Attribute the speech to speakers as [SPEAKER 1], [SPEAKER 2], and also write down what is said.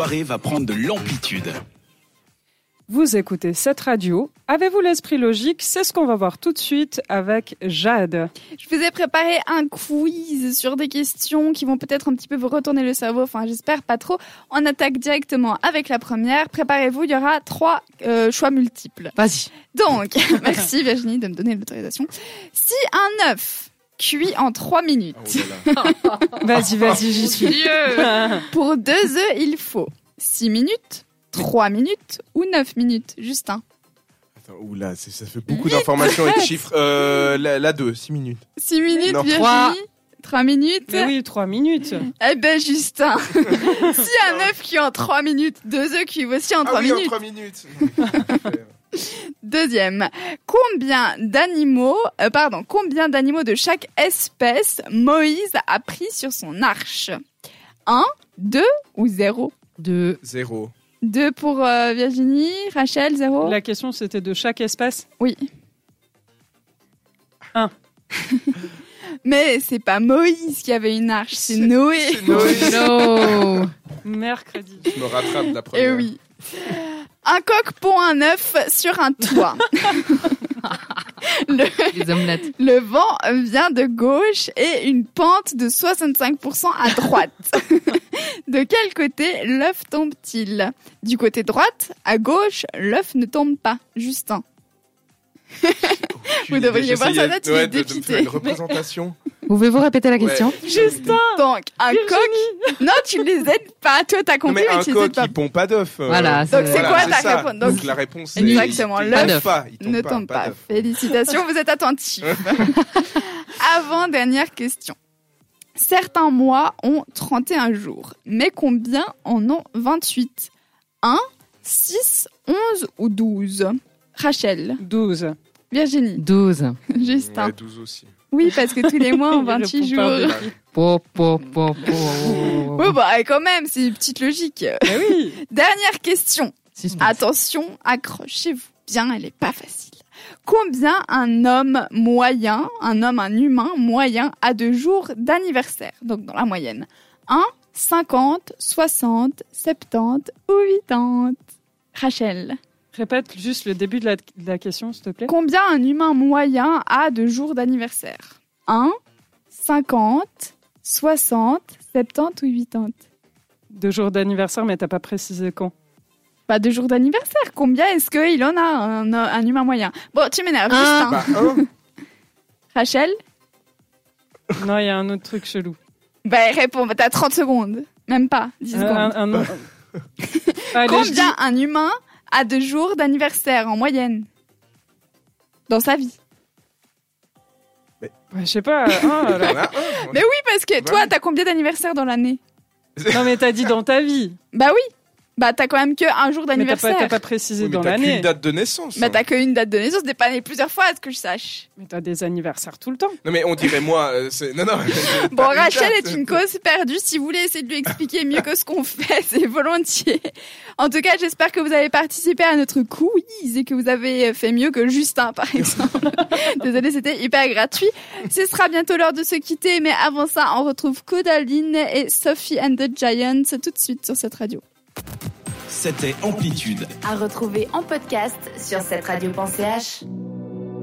[SPEAKER 1] soirée va prendre de l'amplitude.
[SPEAKER 2] Vous écoutez cette radio. Avez-vous l'esprit logique C'est ce qu'on va voir tout de suite avec Jade.
[SPEAKER 3] Je vous ai préparé un quiz sur des questions qui vont peut-être un petit peu vous retourner le cerveau. Enfin, j'espère pas trop. On attaque directement avec la première. Préparez-vous, il y aura trois euh, choix multiples.
[SPEAKER 4] Vas-y.
[SPEAKER 3] Donc, merci Virginie de me donner l'autorisation. Si un œuf cuit en trois minutes,
[SPEAKER 2] Vas-y, vas-y, j'y suis.
[SPEAKER 3] pour deux œufs, il faut six minutes, trois minutes ou neuf minutes, Justin.
[SPEAKER 5] Attends, oula, c'est- ça fait beaucoup d'informations et de chiffres. Euh, la, la 2, 6 minutes.
[SPEAKER 3] Six minutes,
[SPEAKER 5] Non.
[SPEAKER 4] Trois.
[SPEAKER 3] Virginie. Trois minutes.
[SPEAKER 2] Mais oui, trois minutes.
[SPEAKER 3] Eh ben Justin, si un œuf cuit en 3 minutes, deux œufs cuivent aussi en 3
[SPEAKER 5] ah oui, en
[SPEAKER 3] minutes.
[SPEAKER 5] 3 minutes.
[SPEAKER 3] Deuxième, combien d'animaux, euh, pardon, combien d'animaux de chaque espèce Moïse a pris sur son arche 1, 2 ou 0
[SPEAKER 4] Deux.
[SPEAKER 5] 0.
[SPEAKER 3] 2 pour euh, Virginie, Rachel, 0
[SPEAKER 2] La question, c'était de chaque espèce.
[SPEAKER 3] Oui.
[SPEAKER 2] Un.
[SPEAKER 3] Mais c'est pas Moïse qui avait une arche, c'est Noé.
[SPEAKER 4] No.
[SPEAKER 2] Mercredi.
[SPEAKER 5] Je me rattrape de la première.
[SPEAKER 3] Eh oui. Un coq pond un œuf sur un toit. le,
[SPEAKER 4] Les omelettes.
[SPEAKER 3] le vent vient de gauche et une pente de 65% à droite. de quel côté l'œuf tombe-t-il Du côté droite, à gauche, l'œuf ne tombe pas. Justin.
[SPEAKER 5] Aucune
[SPEAKER 3] Vous devriez
[SPEAKER 5] idée.
[SPEAKER 3] voir
[SPEAKER 5] J'essayais
[SPEAKER 3] ça, là, tu
[SPEAKER 5] de-
[SPEAKER 3] es
[SPEAKER 5] de- de me faire
[SPEAKER 3] dépité.
[SPEAKER 5] une représentation.
[SPEAKER 4] Pouvez-vous répéter la question
[SPEAKER 3] Euh,
[SPEAKER 2] Justin
[SPEAKER 3] Donc, un
[SPEAKER 2] Virginie.
[SPEAKER 3] coq. Non, tu les aides pas. Toi, t'as
[SPEAKER 5] Non,
[SPEAKER 3] compris,
[SPEAKER 5] mais
[SPEAKER 3] mais,
[SPEAKER 5] un
[SPEAKER 3] tu les
[SPEAKER 5] coq
[SPEAKER 3] aides pas.
[SPEAKER 5] qui pond pas d'œuf. euh,
[SPEAKER 4] Voilà.
[SPEAKER 3] Donc, c'est
[SPEAKER 5] voilà,
[SPEAKER 3] quoi ta
[SPEAKER 5] ça.
[SPEAKER 3] réponse Donc,
[SPEAKER 5] Donc la réponse est-
[SPEAKER 3] Exactement,
[SPEAKER 5] il
[SPEAKER 3] l'œuf
[SPEAKER 5] tombe pas, il tombe
[SPEAKER 3] ne tombe pas.
[SPEAKER 5] d'œuf.
[SPEAKER 3] Félicitations, vous êtes attentifs. Avant dernière question. Certains mois ont 31 jours, mais combien en ont 28 1, 6, 11 ou 12 Rachel,
[SPEAKER 2] 12.
[SPEAKER 3] Virginie,
[SPEAKER 4] 12.
[SPEAKER 3] Justin.
[SPEAKER 5] Ouais, 12 aussi.
[SPEAKER 3] Oui, parce que tous les mois ont
[SPEAKER 2] Il répond
[SPEAKER 3] 28
[SPEAKER 2] pas au
[SPEAKER 3] jours.
[SPEAKER 4] Po, po, po, po.
[SPEAKER 3] Oui, bah quand même, c'est une petite logique.
[SPEAKER 2] Mais oui.
[SPEAKER 3] Dernière question.
[SPEAKER 4] Suspense.
[SPEAKER 3] Attention, accrochez-vous bien, elle est pas facile. Combien un homme moyen, un homme, un humain moyen a de jours d'anniversaire Donc dans la moyenne. 1, 50, 60, 70 ou 80 Rachel,
[SPEAKER 2] Répète juste le début de la, de la question, s'il te plaît.
[SPEAKER 3] combien un humain moyen a de jours d'anniversaire 1, 50, 60, 70 ou 80
[SPEAKER 2] Deux jours d'anniversaire, mais t'as pas précisé quand.
[SPEAKER 3] Pas de jours d'anniversaire, combien est-ce qu'il en a un, un humain moyen Bon, tu m'énerves,
[SPEAKER 4] Un.
[SPEAKER 3] Justin.
[SPEAKER 5] Bah, un.
[SPEAKER 3] Rachel
[SPEAKER 2] Non, il y a un autre truc chelou.
[SPEAKER 3] Ben réponds, bah, t'as 30 secondes. Même pas, 10
[SPEAKER 2] Euh,
[SPEAKER 3] secondes.
[SPEAKER 2] un- un- Allez, je dis-
[SPEAKER 3] Combien un humain a de jours d'anniversaire en moyenne Dans sa vie.
[SPEAKER 2] Ouais, Je sais pas. euh, un, alors.
[SPEAKER 5] Il y en a un.
[SPEAKER 3] Mais oui, parce que
[SPEAKER 5] Bah
[SPEAKER 3] toi,
[SPEAKER 5] oui.
[SPEAKER 3] t'as combien d'anniversaires dans l'année
[SPEAKER 2] Non, mais t'as dit dans ta vie.
[SPEAKER 3] Bah oui Bah t'as quand même que
[SPEAKER 2] Mais
[SPEAKER 3] un jour
[SPEAKER 2] t'as pas, t'as
[SPEAKER 3] d'anniversaire.
[SPEAKER 2] pas précisé
[SPEAKER 5] Oui, mais
[SPEAKER 2] dans
[SPEAKER 5] t'as qu'une
[SPEAKER 2] l'année.
[SPEAKER 5] date de naissance.
[SPEAKER 3] Bah
[SPEAKER 5] hein.
[SPEAKER 3] t'as qu'une date de naissance, t'es pas né plusieurs fois, à ce que je sache.
[SPEAKER 2] Mais t'as des anniversaires tout le temps.
[SPEAKER 5] Non mais on dirait moi, euh, c'est... Non, non. t'as
[SPEAKER 3] Bon,
[SPEAKER 5] une
[SPEAKER 3] Rachel
[SPEAKER 5] date.
[SPEAKER 3] est une cause perdue. Si vous voulez essayer de lui expliquer mieux que ce qu'on fait, c'est volontiers. En tout cas, j'espère que vous avez participé à notre quiz et que vous avez fait mieux que Justin, par exemple. Désolée, c'était hyper gratuit. Ce sera bientôt l'heure de se quitter, mais avant ça, on retrouve Codaline et Sophie and the Giants tout de suite sur cette radio.
[SPEAKER 1] C'était Amplitude.
[SPEAKER 6] À retrouver en podcast sur cette radio.ch.